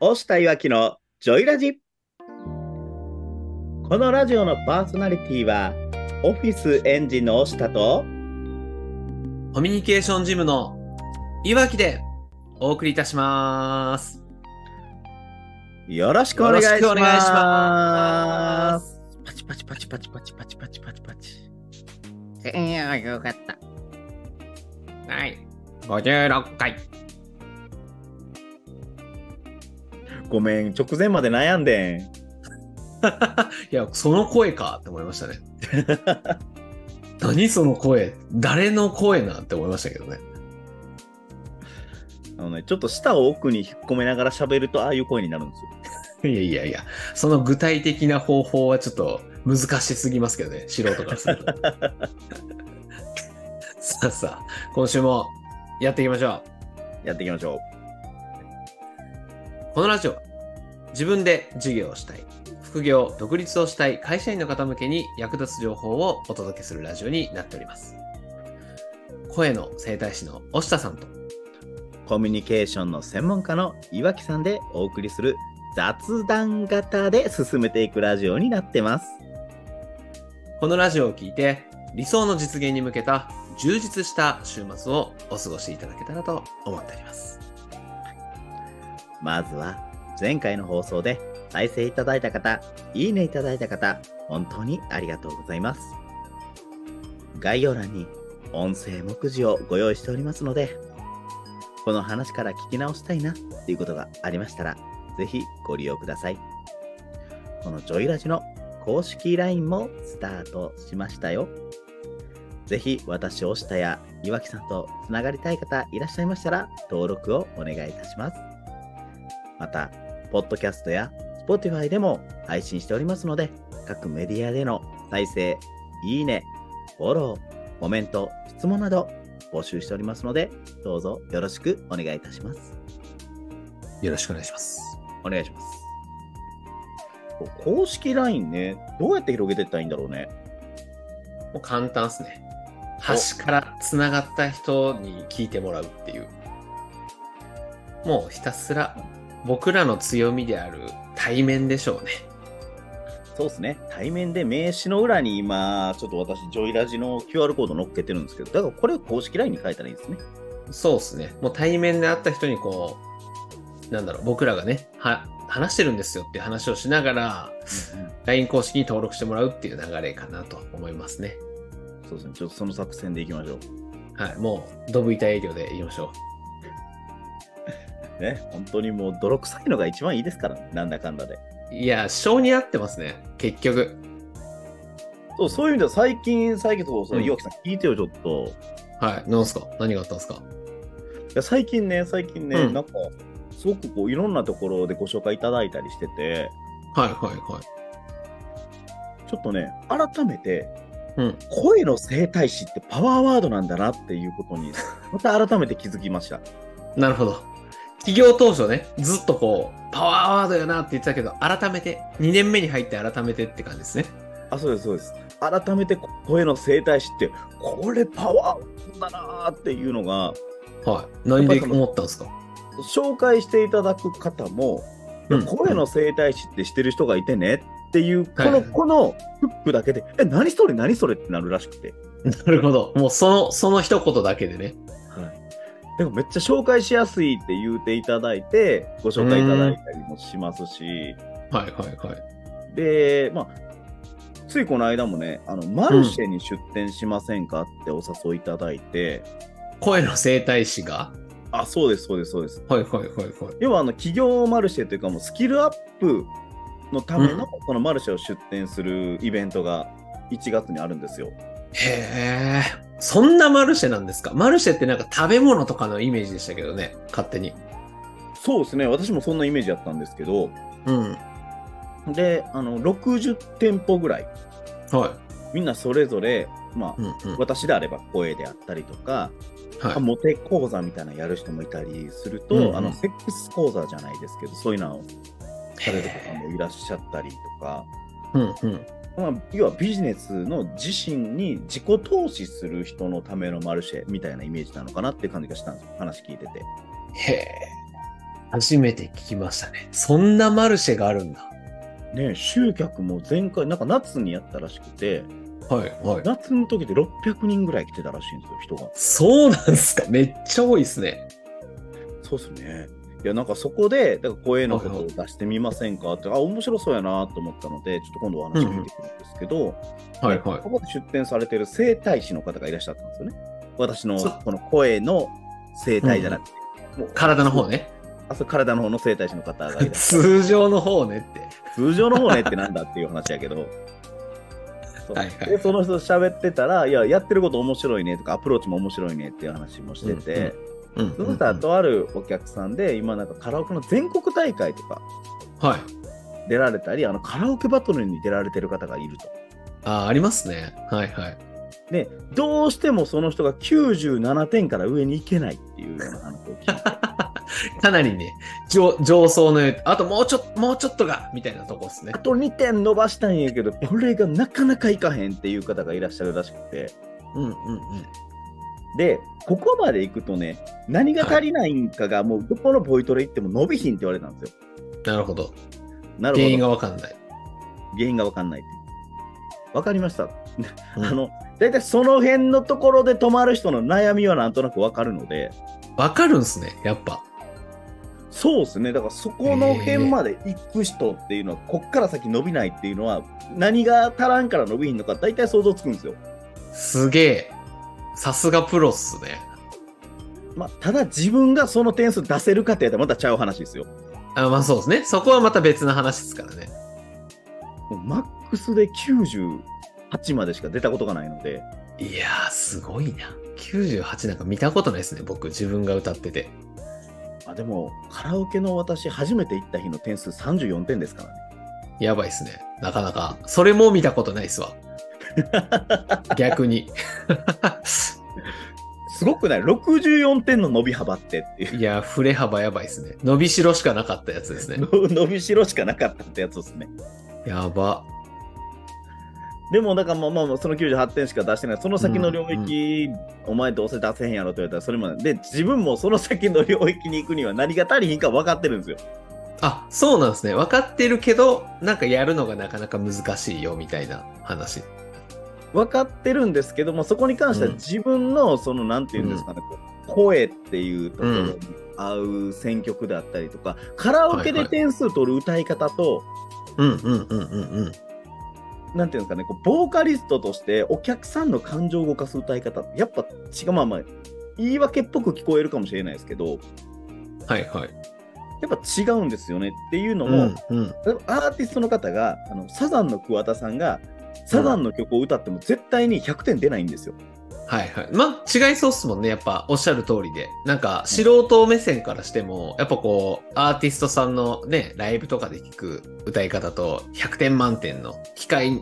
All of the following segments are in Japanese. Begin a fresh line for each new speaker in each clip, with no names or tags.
大下いわきのジョイラジこのラジオのパーソナリティはオフィスエンジンの大下と
コミュニケーションジムのいわきでお送りいたします。
よろしくお願いします
よろしくお願いします。
パチパチパチパチパチパチパチパチパチ。ええよかった。
はい。
56回。
ごめん直前まで悩んでん
いや、その声かって思いましたね。 何その声誰の声なんて思いましたけどね。
あのねちょっと舌を奥に引っ込めながら喋るとああいう声になるんですよ
いや いやいや、その具体的な方法はちょっと難しすぎますけどね、素人からすると。さあさあ、今週もやっていきましょう。
やっていきましょ
このラジオは自分で事業をしたい副業独立をしたい会社員の方向けに役立つ情報をお届けするラジオになっております声の整体師の押田さんと
うコミュニケーションの専門家の岩木さんでお送りする雑談型で進めていくラジオになってます
このラジオを聞いて理想の実現に向けた充実した週末をお過ごしいただけたらと思っております
まずは前回の放送で再生いただいた方、いいねいただいた方、本当にありがとうございます。概要欄に音声目次をご用意しておりますので、この話から聞き直したいなっていうことがありましたら、ぜひご利用ください。このジョイラジの公式 LINE もスタートしましたよ。ぜひ私、押下や岩木さんとつながりたい方いらっしゃいましたら、登録をお願いいたします。また、ポッドキャストや Spotify でも配信しておりますので、各メディアでの再生、いいね、フォロー、コメント、質問など募集しておりますので、どうぞよろしくお願いいたします。
よろしくお願いします
お願いします。公式 LINE ね、どうやって広げていったらいいんだろうね。
もう簡単ですね端からつながった人に聞いてもらうっていうもうひたすら僕らの強みである対面でしょうね
そうですね。対面で名刺の裏に今、ちょっと私、ジョイラジの QR コード乗っけてるんですけど、だからこれを公式 LINE に変えたらいいですね。
そうですね。もう対面で会った人にこう、なんだろう、僕らがね、は、話してるんですよっていう話をしながら、LINE 公式に登録してもらうっていう流れかなと思いますね。
そうですね。ちょっとその作戦でいきましょう。
はい。もう、ドブ板営業でいきましょ
ね、本当にもう泥臭いのが一番いいですから、なんだかんだで。
う。いや、性に合ってますね。結局。
そうそういう意味では最近、最近とその
うん
岩木さん聞いてよ、ちょっと。
はい。なんすか何があったんですか
いや最近ね、最近ね、
うん
なんか、すごくこういろんなところでご紹介いただいたりしてて、
はいはいはい。
ちょっとね、改めて、
うん
声の整体師ってパワーワードなんだなっていうこと に、また改めて気づきました。
なるほど。企業当初ね、ずっとこう、パワーワードやなって言ってたけど、改めて、2年目に入って改めてって感じですね。
あ、そうです、そうです。改めて声の整体師って、これパワーワードだなーっていうのが、
はい。何で思ったんですか
紹介していただく方も、
うん
声の整体師ってしてる人がいてねっていう、こ
はいは
の、
い
このフックだけで、え、何それ何それってなるらしくて。
なるほど。もうその、その一言だけでね。
だからめっちゃ紹介しやすいって言うていただいて、ご紹介いただいたりもしますし、
はいはいはい。
で、まあ、ついこの間もね、あの、マルシェに出店しませんかってお誘いいただいて、
声の整体師が
あ、そうです、そうです、そうです。
はいはいはいはい。
要はあの企業マルシェというかもうスキルアップのためのこのマルシェを出店するイベントが1月にあるんですよ。
へえ。そんなマルシェなんですかマルシェってなんか食べ物とかのイメージでしたけどね。勝手に。
そうですね私もそんなイメージやったんですけど
うん。
であの60店舗ぐらい
は
みんなそれぞれ、ま
い。
あ、
うんうん。は
私であれば声であったりとか、
い。
モテ講座みたいなのやる人もいたりすると、
うんうん
あのセックス講座じゃないですけどそういうのをされる方
へ
もいらっしゃったりとか。
えうんうん。
まあ、要はビジネスの自身に自己投資する人のためのマルシェみたいなイメージなのかなって感じがしたんですよ話聞いてて
へえ。初めて聞きましたね。そんなマルシェがあるんだ。
ね、集客も前回、なんか夏にやったらしくて、
はい、はい。
夏の時で600人ぐらい来てたらしいんですよ、人が。
そうなんですか。めっちゃ多いですね。
そうですね。いや、なんかそこで、だから声のことを出してみませんかって、あ、面白そうやなと思ったので、ちょっと今度お話を聞いてくるんですけど、
はい、はい。
ここで出展されてる整体師の方がいらっしゃったんですよね。私のこの声の整体じゃなくて、もう
体の方ね。
あそう体の方の整体師の方がいらっしゃって
通常の方ねって。
通常の方ねってなんだっていう話やけど。そう
はいはい
でその人と喋ってたら、いや、やってること面白いねとか、アプローチも面白いねっていう話もしてて、
うん
その他、とあるお客さんで、今なんかカラオケの全国大会とか
はい。
出られたり、あのカラオケバトルに出られてる方がいると。
あー、ありますね。はい、はい。
で、どうしてもその人が97点から上に行けないっていうような話を聞いて
かなりね、上上層の、あともうちょっと、もうちょっとが、みたいなとこですね
あ。と2点伸ばしたんやけど、 これがなかなかいかへんっていう方がいらっしゃるらしくて。
うん、うん、うん。
で、ここまで行くとね、何が足りないんかが、もうどこのボイトレ行っても伸びひんって言われたんですよ。
なるほど。
なるほ
原
ど。
因がわかんない。
原因がわかんないって。わかりました。
うん
あの、大体その辺のところで止まる人の悩みはなんとなくわかるので、
わかるんすね、やっぱ。
そうですね。だからそこの辺まで行く人っていうのは、こっから先伸びないっていうのは、何が足らんから伸びひんのか、大体想像つくんですよ。
すげえ。さすがプロっすね。
まあ、ただ自分がその点数出せるかってやったらまたちゃう話ですよ。
あまあそうですね。そこはまた別の話ですからね。
もうマックスで98までしか出たことがないので、
いやー、すごいな。98なんか見たことないですね、僕、自分が歌ってて。
あでもカラオケの私初めて行った日の点数34点ですからね
やばいっすね。なかなか。それも見たことないっす わ。逆に。
すごくない64点の伸び幅ってっていう
いやー、振れ幅やばいっすね。伸びしろしかなかったやつです ね。
伸びしろしかなかったってやつですね
やば。
でもだからまあまあまあその98点しか出してないその先の領域、お前どうせ出せへんやろと言われたらそれまでで自分もその先の領域に行くには何が足りひんか分かってるんですよ
あ、そうなんですね。分かってるけど、なんかやるのがなかなか難しいよ、みたいな話。
分かってるんですけどもそこに関しては
うん
自分のそのなんて言うんですかね、こう声っていうところに合う選曲であったりとか、カラオケで点数取る歌い方と、
うんうんうんうんうん。
なんていうんですかね、こうボーカリストとしてお客さんの感情を動かす歌い方って、やっぱ違う、まあまあ、言い訳っぽく聞こえるかもしれないですけど、
はいはい。
やっぱ違うんですよねっていうの
う
も、
んうん。
例えばアーティストの方が、あのサザンの桑田さんが、サザンの曲を歌っても絶対に100点出ないんですよ。
はいはい。まあ、違いそうっすもんね。やっぱ、おっしゃる通りで。なんか、素人目線からしても、やっぱこう、アーティストさんのね、ライブとかで聞く歌い方と、100点満点の、機械、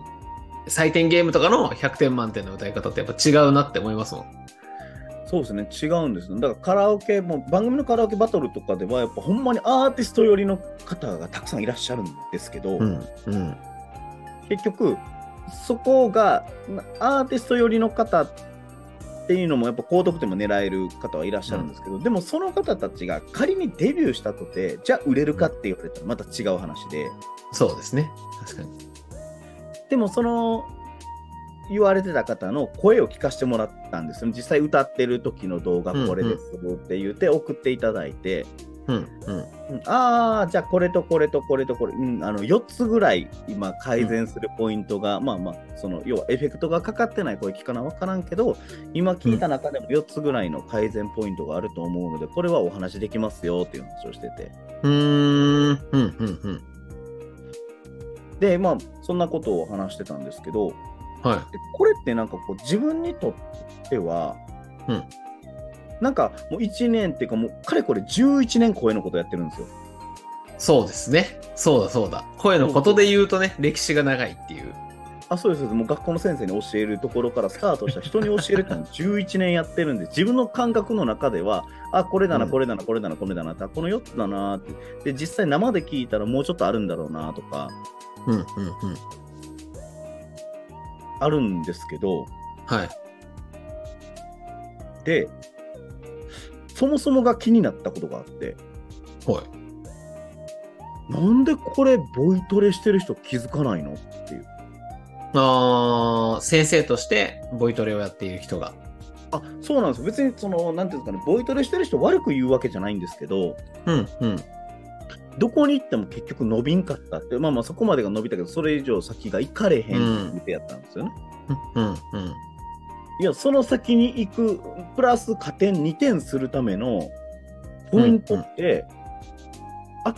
採点ゲームとかの100点満点の歌い方ってやっぱ違うなって思いますもん。
そうですね、違うんですよ。だからカラオケも、番組のカラオケバトルとかでは、やっぱほんまにアーティスト寄りの方がたくさんいらっしゃるんですけど、
ん。うん。
結局そこがなアーティスト寄りの方っていうのもやっぱ高得点も狙える方はいらっしゃるんですけど、でもその方たちが仮にデビューしたとてじゃあ売れるかって言われたらまた違う話で
そうですね。確かに。
でもその言われてた方の声を聞かせてもらったんですよ実際歌ってる時の動画これですって言って送っていただいて、
うん。うん。
うんああ、じゃあこれとこれとこれとこれ、うん、あの4つぐらい今改善するポイントが、まあまあ、その要はエフェクトがかかってない声聞かなわからんけど、今聞いた中でも4つぐらいの改善ポイントがあると思うので、これはお話できますよっていう話をしてて。
うーん。うん。うん。うん。
で、まあ、そんなことを話してたんですけど、
は
でこれってなんかこう自分にとっては、
うん
なんかもう1年っていうか、もうかれこれ11年声のことやってるんですよ。
い。そうですね。そうだそうだ。声のことで言うとね、歴史が長いっていう。
あそうですそうですもう学校の先生に教えるところからスタートした人に教えるって のを11年やってるんで自分の感覚の中ではあこれだな
うん
これだなこれだなこれだなってあこの4つだなってで実際生で聞いたらもうちょっとあるんだろうなとか
うんうんうん。
あるんですけど
はい。
でそもそもが気になったことがあって
はい。
なんでこれボイトレしてる人気づかないのっていう。
あー先生としてボイトレをやっている人が。
あそうなんです別にそのなんていうんですかねボイトレしてる人悪く言うわけじゃないんですけど
うんうん。
どこに行っても結局伸びんかったってまあまあそこまでが伸びたけどそれ以上先が行かれへんってやったんですよね。
うんうん。
いやその先に行くプラス加点2点するためのポイントって、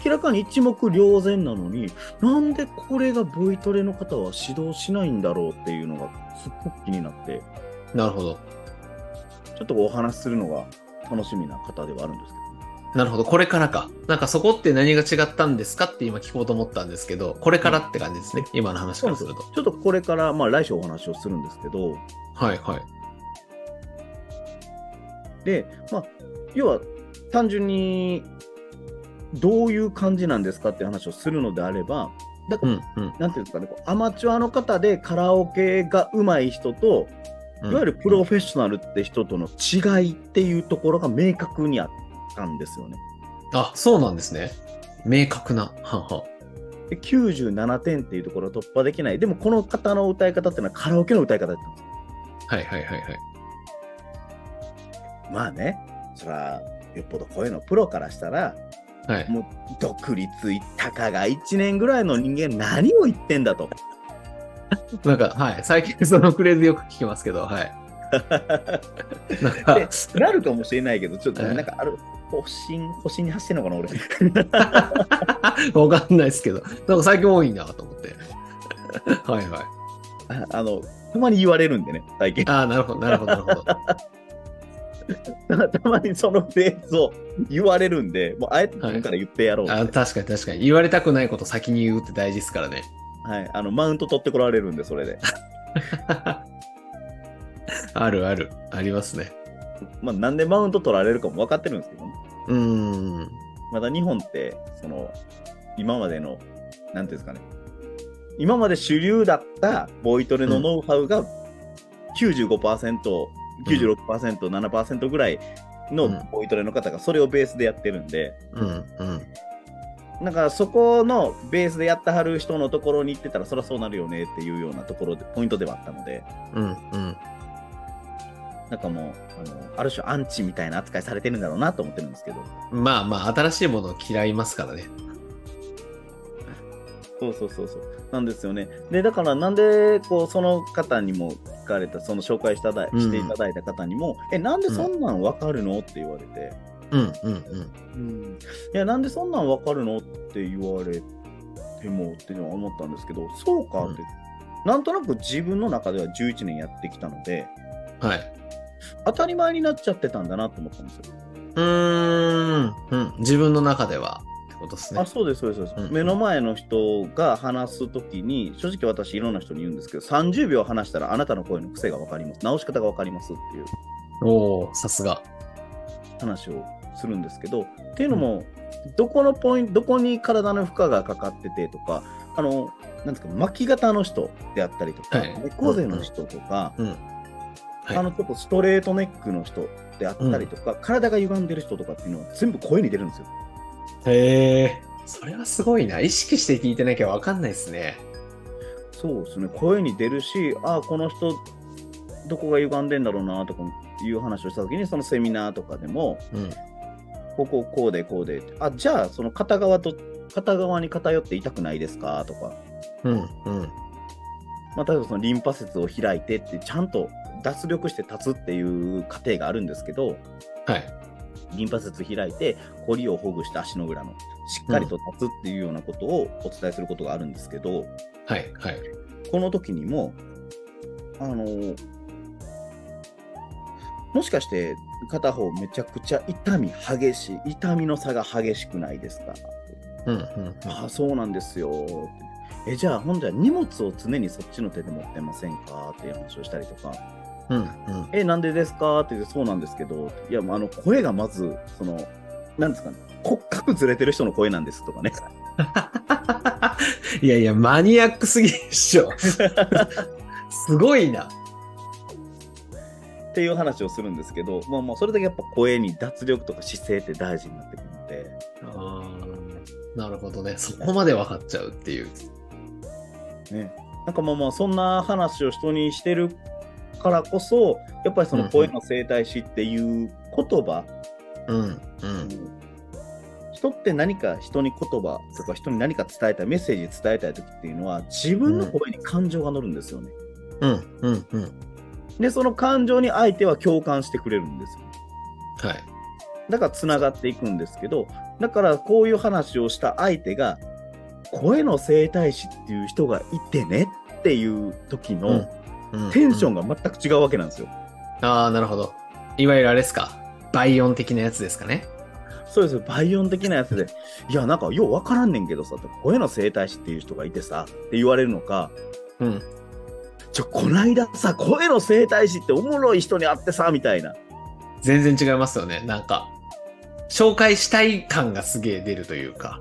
明らかに一目瞭然なのになんでこれがボイトレの方は指導しないんだろうっていうのがすっごく気になって
なるほど。
ちょっとお話しするのが楽しみな方ではあるんですけど。
なるほど。これからか。なんかそこって何が違ったんですかって今聞こうと思ったんですけど、これからって感じですね。今の話からすると。
ちょっとこれから、まあ、来週お話をするんですけど、
はいはい。
で、まあ、要は単純にどういう感じなんですかって話をするのであれば、だか
う
ら、
んうん。
なんていうんですかね、こうアマチュアの方でカラオケが上手い人と、
うん
いわゆるプロフェッショナルって人との違いっていうところが明確にあったんですよね。
あ、そうなんですね。明確な。はんは
で97点っていうところを突破できない。でも、この方の歌い方っていうのはカラオケの歌い方だったんですよ
んはいはいはいはい。
まあね、そら、よっぽどこういうのプロからしたら、
はい。
もう独立たかが1年ぐらいの人間、何を言ってんだと。
なんか、はい。最近そのフレーズよく聞きますけど、 はい。なんか、
なるかもしれないけど、ちょっと
ええ
なんかある、保身、保身に走ってんのかな、俺。
わかんないですけど、なんか最近多いなと思って。はいはい。
ああの、たまに言われるんでね、最近。
ああ、なるほど、なるほど、なるほど。
たまにそのフレーズを言われるんで、もうあえて自分から言ってやろうって、は
あ
い
確かに確かに。言われたくないこと先に言うって大事ですからね。
あの、マウント取ってこられるんで、それで。
あるある。ありますね。
まあ、なんでマウント取られるかも分かってるんですけどね。
うーん。
まだ日本って、その、今までの、なんていうんですかね、今まで主流だったボイトレのノウハウが95%、96%、7%ぐらいの
うん
ボイトレの方がそれをベースでやってるんで、
うん、うん。
なんかそこのベースでやってはる人のところに行ってたら、そりゃそうなるよねっていうようなところで、ポイントではあったので、
うん、うん。
なんかもう、あのある種アンチみたいな扱いされてるんだろうなと思ってるんですけど、
まあまあ、新しいものを嫌いますからね。
そうそうそうそう。なんですよね。で、だからなんで、こう、その方にも聞かれた、その紹介しただい
うん
していただいた方にも、え、なんでそんなんわかるのって言われて、
うん、うん、うん。
うん、いや、なんでそんなんわかるのって言われてもっていうのは思ったんですけど、そうかって、なんとなく自分の中では11年やってきたので、
はい。
当たり前になっちゃってたんだなと思ったんですよ。
うーん、うん。自分の中ではってことですね
あ。そうですそうですそうです、
うん
目の前の人が話すときに正直私いろんな人に言うんですけど30秒話したらあなたの声の癖が分かります直し方が分かりますっていう
おおさすが。
話をするんですけどっていうのも、どこのポイントどこに体の負荷がかかっててとかあのなんですか巻き型の人であったりとか、
はい
猫背の人とか、
うん。はい
あのちょっとストレートネックの人であったりとか、体が歪んでる人とかっていうのは全部声に出るんですよ。
へえ。それはすごいな。意識して聞いてなきゃわかんないですね。
そうですね、声に出るし、ああ、この人、どこが歪んでんだろうなとかいう話をしたときに、そのセミナーとかでも、
うん。
ここ、こうで、こうでって、あじゃあ、その片側と、片側に偏って痛くないですかとか、
うん、うん。
まあ、例えばそのリンパ節を開いてって、ちゃんと脱力して立つっていう過程があるんですけど、
はい。
リンパ節開いて、凝りをほぐして足の裏の、しっかりと立つっていうようなことをお伝えすることがあるんですけど、
はい、はい。
この時にも、あの、もしかして片方めちゃくちゃ痛み激しい、痛みの差が激しくないですか
うん、うん。
ああ、そうなんですよ。え、じゃあ、ほんじゃ荷物を常にそっちの手で持ってませんかっていう話をしたりとか、
うん、うん。
え、なんでですかって言って、そうなんですけど、いや、もうあの、声がまず、その、なんですかね、骨格ずれてる人の声なんですとかね。
いやいや、マニアックすぎで しょ。すごいな。
っていう話をするんですけど、まあまあ、それだけやっぱ声に脱力とか姿勢って大事になってくるので、
あーなるほどね。そこまで分かっちゃうっていう。
ね、なんかまあまあそんな話を人にしてるからこそやっぱりその声の生態師っていう言葉、
うん、うん。
人って何か人に言葉とか人に何か伝えたいメッセージ伝えたい時っていうのは自分の声に感情が乗るんですよね。
うん、うん、うん。
でその感情に相手は共感してくれるんですよ。
はい。
だからつながっていくんですけどだからこういう話をした相手が声の生態師っていう人がいてねっていう時の
うん
テンション
が。
が全く違うわけなんですよ。
ああ、なるほど。いわゆるあれですか。倍音的なやつですかね。
そうです倍音的なやつで「いやなんかようわからんねんけどさ」と「声の整体師っていう人がいてさ」って言われるのか
うん。
「ちょこないださ声の整体師っておもろい人に会ってさ」みたいな
全然違いますよね。なんか、紹介したい感がすげえ出るというか。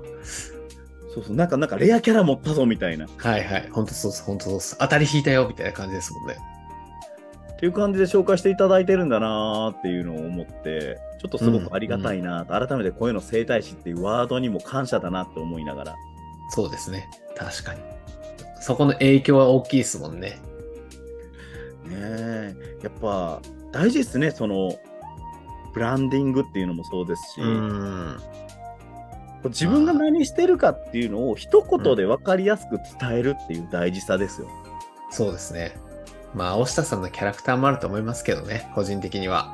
そうそうなんかなんかレアキャラ持ったぞみたいなっ
はいはい。本当そうっす、本当そうっす。当たり引いたよ、みたいな感じですもんね。
ていう感じで紹介していただいてるんだなーっていうのを思ってちょっとすごくありがたいなと、改めて声の整体師っていうワードにも感謝だなって思いながら
そうですね。確かに。そこの影響は大きいですもんね。
ねえやっぱ大事ですねそのブランディングっていうのもそうですし、
うん。
自分が何してるかっていうのを一言で分かりやすく伝えるっていう大事さですよ。
そうですね。まあ、青下さんのキャラクターもあると思いますけどね。個人的には。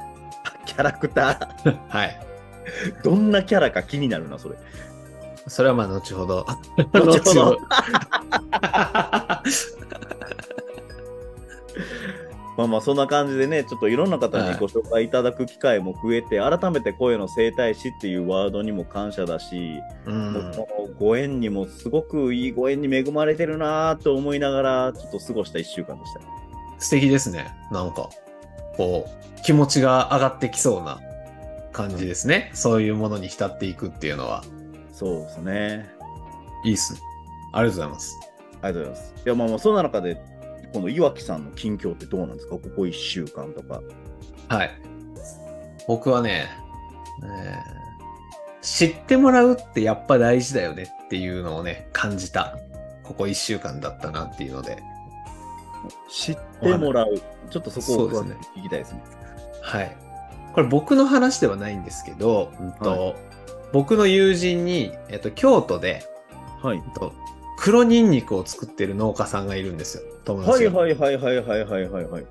キャラクタ
はい。
ー、 どんなキャラか気になるな、それ。
それはまあ、後ほど。
後ほど。 まあまあ、そんな感じでね、ちょっといろんな方
は
に
い
ご紹介いただく機会も増えて、改めて声の生態師っていうワードにも感謝だし、
う。
もうんこのご縁にもすごくいいご縁に恵まれてるなぁと思いながら、ちょっと過ごした1週間でした。
素敵ですね。なんか、こう、気持ちが上がってきそうな感じですね。そういうものに浸っていくっていうのは、
そうですね。
いいっすね。ありがとうございます。
ありがとうございます。いや、まあまあ、そんな中で、この岩木さんの近況ってどうなんですかここ1週間とか。
はい。僕はね、えー知ってもらうってやっぱ大事だよねっていうのをね、感じた。ここ1週間だったなっていうので。
知ってもらう。ちょっとそこを
そうですね
聞きたいですね。
はい。これ僕の話ではないんですけど、うんと
は
僕の友人に、えっと、京都で、
はい。
えっと、黒ニンニクを作ってる農家さんがいるんですよ。友達が。
はいはいはいはいはいはいはいはい。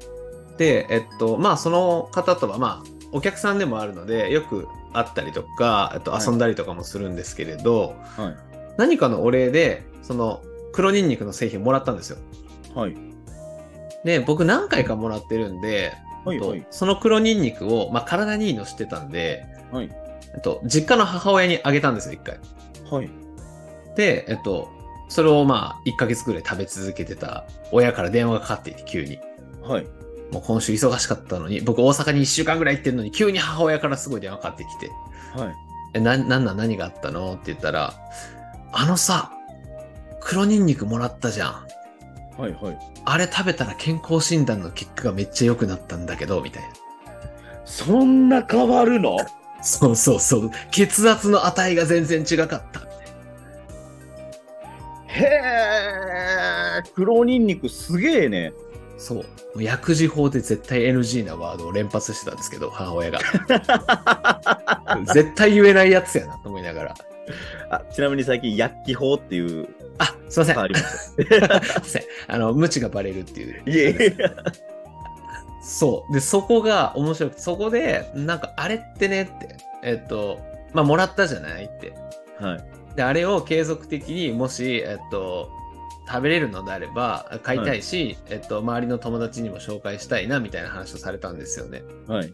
で、えっと、まあ、その方とは、まあ、お客さんでもあるので、よく会ったりとか、えっと、
はい
遊んだりとかもするんですけれど、
はい。
何かのお礼で、その、黒ニンニクの製品もらったんですよ。
はい。
で、僕何回かもらってるんで、
はい
と
はい。
その黒ニンニクを、まあ、体にいいの知ってたんで、
はい。
えっと、実家の母親にあげたんですよ、一回。
はい。
で、えっと、それをまあ、1ヶ月ぐらい食べ続けてた親から電話がかかってきて、急に。
はい。
もう今週忙しかったのに、僕大阪に1週間ぐらい行ってるのに、急に母親からすごい電話かかってきて、
はい。
え、な、なんなん何があったのって言ったら、あのさ、黒ニンニクもらったじゃん。
はい。はい。
あれ食べたら健康診断の結果がめっちゃ良くなったんだけど、みたいな。
そんな変わるの
そうそうそう。血圧の値が全然違かった。みたいな
へえ。黒ニンニクすげえね。
そう。もう薬事法で絶対 NG なワードを連発してたんですけど、母親が。 絶対言えないやつやなと思いながら。
あちなみに最近、薬器法っていう
あ、すいませ
の
ん
が。あります。
せんあの、無知がバレるっていう。
いえいえ。
そう。で、そこが面白くて、そこで、なんか、あれってねって、えっと、まあ、もらったじゃないって。
はい。
で、あれを継続的にもし、えっと、食べれるのであれば、買いたいし、えっと、周りの友達にも紹介したいな、みたいな話をされたんですよね。
はい。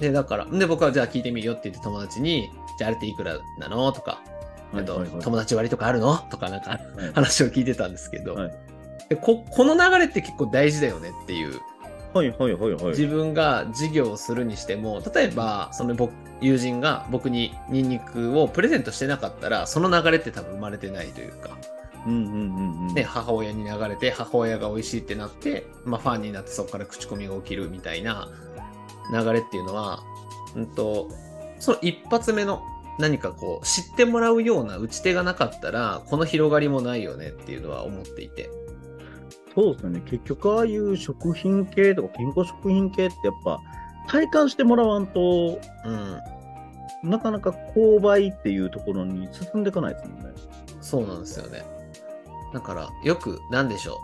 で、だから、で、僕はじゃあ聞いてみるよって言って友達に、じゃああれっていくらなのとか、えっと、
はいはいはい
友達割とかあるのとか、なんか、
はい
話を聞いてたんですけど、
はい
でここの流れって結構大事だよねっていう
はいはいはいはい。
自分が事業をするにしても例えばその僕友人が僕にニンニクをプレゼントしてなかったらその流れって多分生まれてないというか、
うんうんうんうん。
ね、母親に流れて母親が美味しいってなって、まあ、ファンになってそこから口コミが起きるみたいな流れっていうのは、うん、とその一発目の何かこう知ってもらうような打ち手がなかったらこの広がりもないよねっていうのは思っていて
そうですよね。結局、ああいう食品系とか健康食品系ってやっぱ体感してもらわんと、
うん
なかなか購買っていうところに進んでいかないですもんね。
そうなんですよねだからよく何でしょ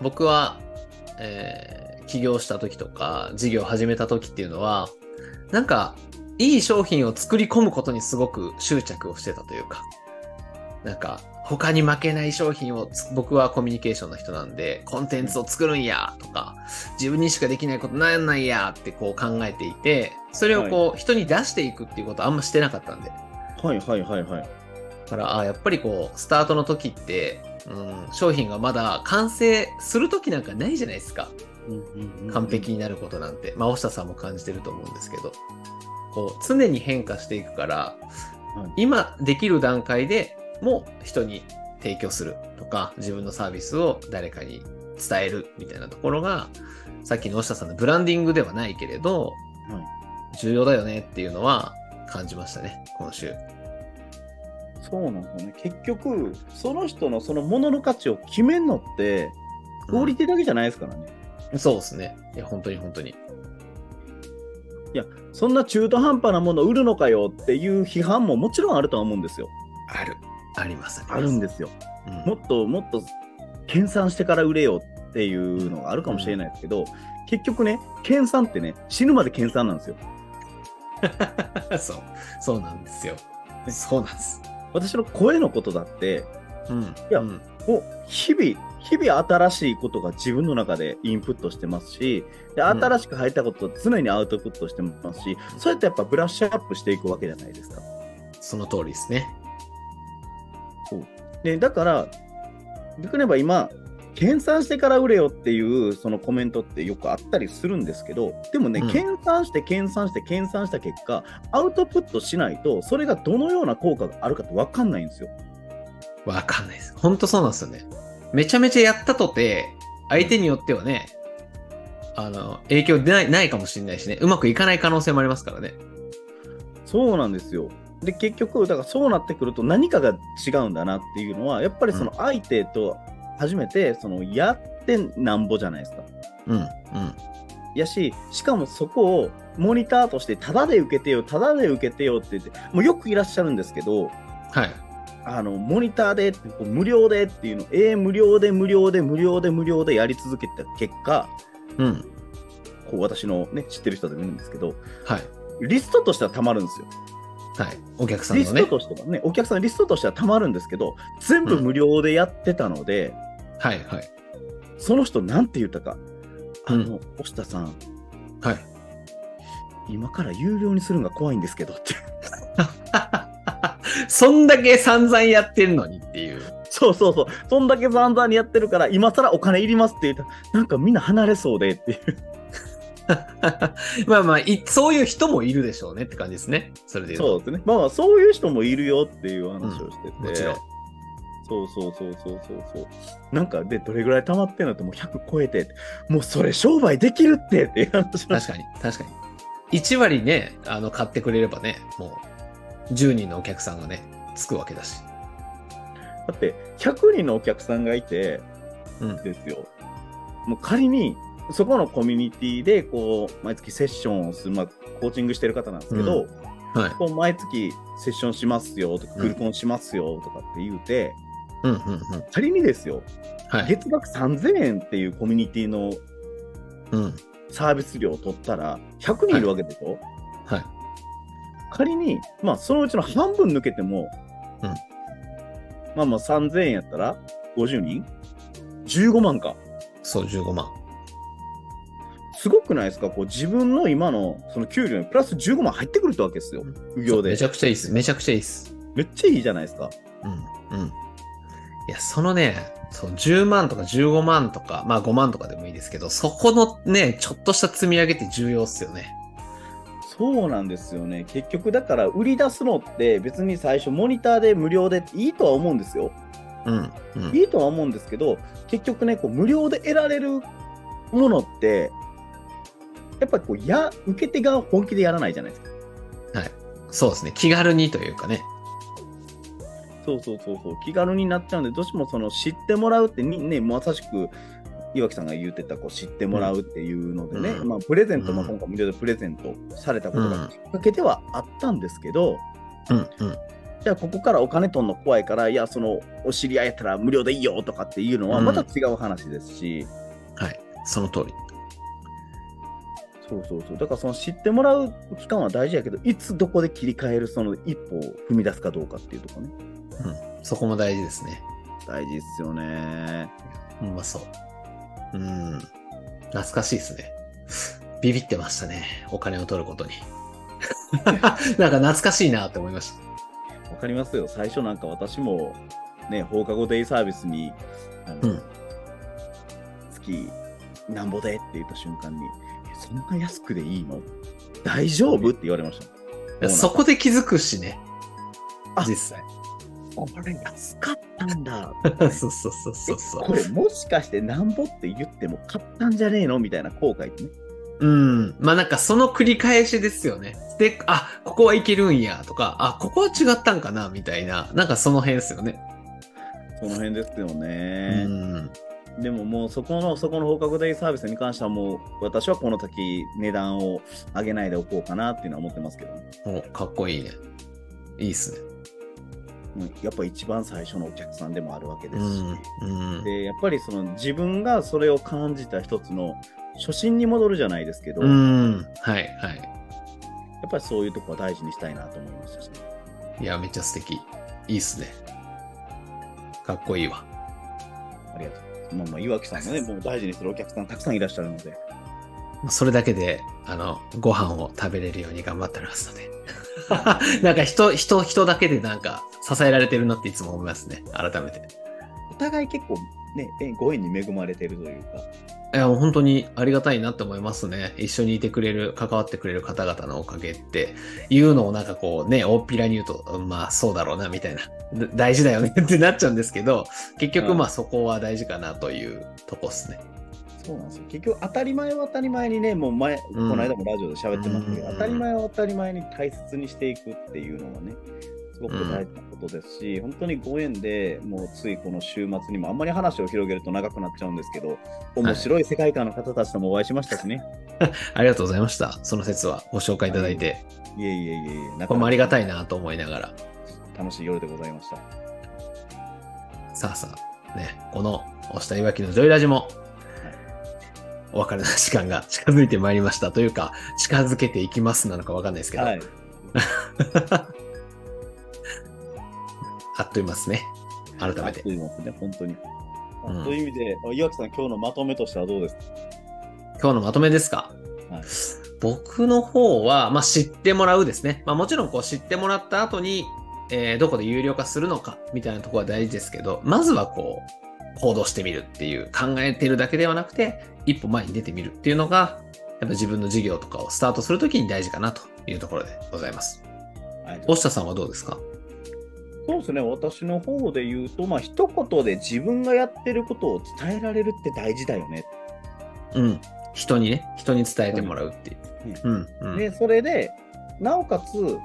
う僕は、えー起業した時とか事業を始めた時っていうのはなんかいい商品を作り込むことにすごく執着をしてたというかなんか他に負けない商品をつ僕はコミュニケーションの人なんでコンテンツを作るんやとか自分にしかできないことなんないやってこう考えていてそれをこう人に出していくっていうことはあんましてなかったんで
はいはいはいはい。
だからあやっぱりこうスタートの時って、うん、商品がまだ完成する時なんかないじゃないですか完璧になることなんて、まあ大下さんも感じてると思うんですけどこう常に変化していくから、
はい
今できる段階でもう人に提供するとか自分のサービスを誰かに伝えるみたいなところがさっきの大下さんのブランディングではないけれ
は
ど、重要だよねっていうのは感じましたね今週。
そうなんですよね。結局、その人のそのものの価値を決めるのって、クオリティだけじゃないですからね。
そうですね。いや、本当に本当に。
そんな中途半端なもの売るのかよっていう批判ももちろんあるとは思うんですよ。
ある。あります。
あるん
で、
ですよ。
うん
もっともっと研鑽してから売れよっていうのがあるかもしれないですけど、結局ね、研鑽ってね、死ぬまで研鑽なんですよ。
そう。そうなんですよ。そうなんです。
私の声のことだって、
うん。い
や
うん。
もう日々、日々新しいことが自分の中でインプットしてますし、で
うん
新しく入ったことを常にアウトプットしてますし、そうやってやっぱブラッシュアップしていくわけじゃないですか。
その通りですね。
でだから、でくれば今、研鑽してから売れよっていうそのコメントってよくあったりするんですけど、でもね、
うん
研鑽して研鑽して研鑽した結果、アウトプットしないと、それがどのような効果があるかって分かんないんですよ。
わかんないです。本当そうなんですよね。めちゃめちゃやったとて、相手によってはね、あの、影響出ない、ないかもしれないしね。うまくいかない可能性もありますからね。
そうなんですよ。で結局だからそうなってくると何かが違うんだなっていうのはやっぱりその相手と初めてそのやってなんぼじゃないですか。
うん。うん。
やししかもそこをモニターとしてタダで受けてよタダで受けてよって言ってもうよくいらっしゃるんですけど
はい。
あのモニターでってこう無料でっていうのえー無料で無料で無料で無料でやり続けた結果
うん。
こう私の、ね、知ってる人でもいるんですけど
はい。
リストとしてはたまるんですよ。
はい。お客さん
リ
の
ス
ね
ト。としてはね、お客さんのリストとしてはたまるんですけど、全部無料でやってたので、
はい。はい。
その人、なんて言ったか、あ
うん
の、押田さん、
はい。
今から有料にするのが怖いんですけどって、
そんだけ散々やってんのにっていう。
そうそうそう、そんだけ散々にやってるから、今更お金いりますって言ったら、なんかみんな離れそうでっていう、
まあまあい、そういう人もいるでしょうねって感じですね。それで言う
そうですね、まあまあ、そういう人もいるよっていう話をしてて、
と。もちろん。
そうそうそうそうそうそう、なんか、で、どれぐらい溜まってんのって、もう100超えて、もうそれ商売できるってっていう話を
確かに、確かに。1割ね、あの、買ってくれればね、もう、10人のお客さんがね、つくわけだし。
だって100人のお客さんがいて
うん。
ですよ、もう仮にそこのコミュニティでこう毎月セッションをする、まあ、コーチングしてる方なんですけど、
うはい。
こう毎月セッションしますよとか、
うん
グルコンしますよとかって言うて、
うんうんうん。
仮にですよ、
はい。
月額3000円っていうコミュニティの
うん。
サービス料を取ったら、100人いるわけでしょ、
はい。
仮に、まあ、そのうちの半分抜けても、
うん
まあまあ3000円やったら、50人 ?15 万か。
そう、15万。
すごくないですかこう自分の今のその給料にプラス15万入ってくるってわけですよ。副業で
めち。ゃくちゃいいっす。めちゃくちゃいいっす。
めっちゃいいじゃないですか。
うん。うん。いや、そのね、そう10万とか15万とか、まあ5万とかでもいいですけど、そこのね、ちょっとした積み上げって重要っすよね。
そうなんですよね。結局だから売り出すのって別に最初モニターで無料でいいとは思うんですよ。
うん。うん。
いいとは思うんですけど、結局ね、こう無料で得られるものって、やっぱりこうや受け手が本気でやらないじゃないですか。
はいそうですね。気軽にというかね。
そうそうそうそう気軽になっちゃうんでどうしてもその知ってもらうってにねまさしく岩城さんが言ってたこう知ってもらうっていうのでね、
うん
まあ、プレゼント、
うん
まあ、今回無料でプレゼントされたこと
う
が
ん
きっかけではあったんですけど、
うんうん。
じゃあここからお金取んの怖いからいやそのお知り合いやったら無料でいいよとかっていうのは
うん
また違う話ですし、
はい。その通り。
そうそうそうだからその知ってもらう期間は大事やけどいつどこで切り替えるその一歩を踏み出すかどうかっていうとこね
うん。そこも大事ですね。
大事っすよね
ほんまそう。うん。懐かしいですね。ビビってましたね。お金を取ることに。 なんか懐かしいなって思いました。
わかりますよ最初なんか私もね放課後デイサービスにあの、
うん。
月なんぼでって言った瞬間にえそんな安くでいいの大丈夫って言われました
いやそこで気づくしね
あ。
実際。
これ安かったん だ
そうそうそうそうそ
これもしかしてなんぼって言っても買ったんじゃねえのみたいな後悔ってね。
う。うん。まあなんかその繰り返しですよね。で、あ、ここはいけるんやとか、あ、ここは違ったんかなみたいな。なんかその辺ですよね。
その辺ですよ
う
ね。
ん。
でももうそこの、そこの放課後デイサービスに関してはもう私はこの先値段を上げないでおこうかなっていうのは思ってますけど、ね、
おかっこいいね。いいっすね。
うんやっぱ一番最初のお客さんでもあるわけで
う
すし。
ん。うん。
で、やっぱりその自分がそれを感じた一つの初心に戻るじゃないですけど、
う
や
ん。はいは
っぱりそういうとこは大事にしたいなと思いましたし、ね、
い。いや、めっちゃ素敵。いいっすね。かっこいいわ。
ありがとうございます。まあまあ、岩木さん もね、もう大事にするお客さんたくさんいらっしゃるので。
それだけで、あの、ご飯を食べれるように頑張っておりま すので。なんか人、人、人だけでなんか支えられてるなっていつも思いますね。改めて。
お互い結構ね、えご縁に恵まれてるというか、
いや、もう本当にありがたいなって思いますね。一緒にいてくれる、関わってくれる方々のおかげっていうのをなんかこうね、大っぴらに言うと、まあそうだろうなみたいな、だ大事だよねってなっちゃうんですけど、結
う
局
ん
まあそこは大事かなというとこっすね。
そうなんですよ。結局当たり前は当たり前にね、もう前、
うん
この間もラジオで喋ってましたけど、
うん
当たり前は当たり前に大切にしていくっていうのはね、すごく大事なことですし、本当にご縁でもうついこの週末にもあんまり話を広げると長くなっちゃうんですけど、面白い世界観の方たちともお会いしましたしね。
ありがとうございました。その説はご紹介いただいて、
い、えいえいえいえ、な
これもありがた
い。
いなと思いながら。
楽しい夜でございました。
さあさあ、ね、この、押したいわきのジョイラジも、お別れの時間が近づいてまいりましたというか、近づけていきますなのかわかんないですけど、
はい。
あっという間ですね。改めて
あっと。いう間ですね、本当に。
うん
という意味で、岩木さん、今日のまとめとしてはどうですか
今日のまとめですか、
はい
僕の方は、まあ、知ってもらうですね。まあ、もちろんこう知ってもらった後に、えーどこで有料化するのかみたいなところは大事ですけど、まずはこう、行動してみるっていう、考えてるだけではなくて、一歩前に出てみるっていうのが、やっぱ自分の事業とかをスタートするときに大事かなというところでございます。
はい
押下さんはどうですか
そうですね、私の方で言うと、まあ一言で自分がやってることを伝えられるって大事だよね。
うん。人にね、人に伝えてもらうっていう。うん。うん。
で、それで、なおかつ、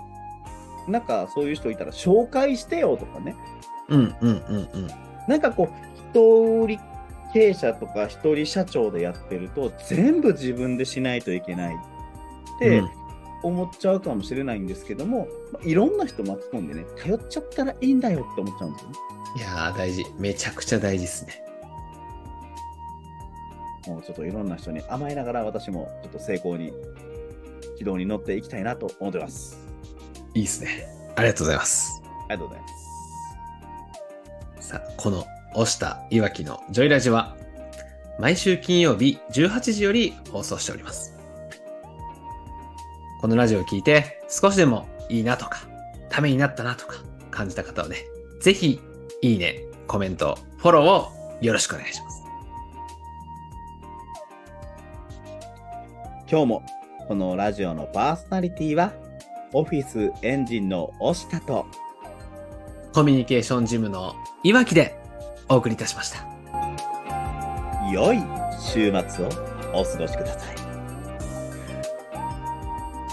なんかそういう人いたら紹介してよとかね、
うん。うん。うん。うん。
なんかこう、一人経営者とか一人社長でやってると、全部自分でしないといけないって
うん
思っちゃうかもしれないんですけども、まあいろんな人巻き込んでね、頼っちゃったらいいんだよって思っちゃうんですよね。
いやー、大事。めちゃくちゃ大事ですね。
もうちょっといろんな人に甘えながら私もちょっと成功に軌道に乗っていきたいなと思ってます。
いいですね。ありがとうございます。
ありがとうございます。
さあ、この、押したいわきのジョイラジは、毎週金曜日18時より放送しております。このラジオを聞いて、少しでもいいなとか、ためになったなとか、感じた方はね、ぜひ、いいね、コメント、フォローをよろしくお願いします。
今日もこのラジオのパーソナリティはオフィスエンジンの押下と
コミュニケーションジムのいわきでお送りいたしました。
良い週末をお過ごしください。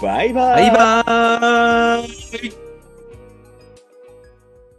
バイバ
バ
イ
イバーイ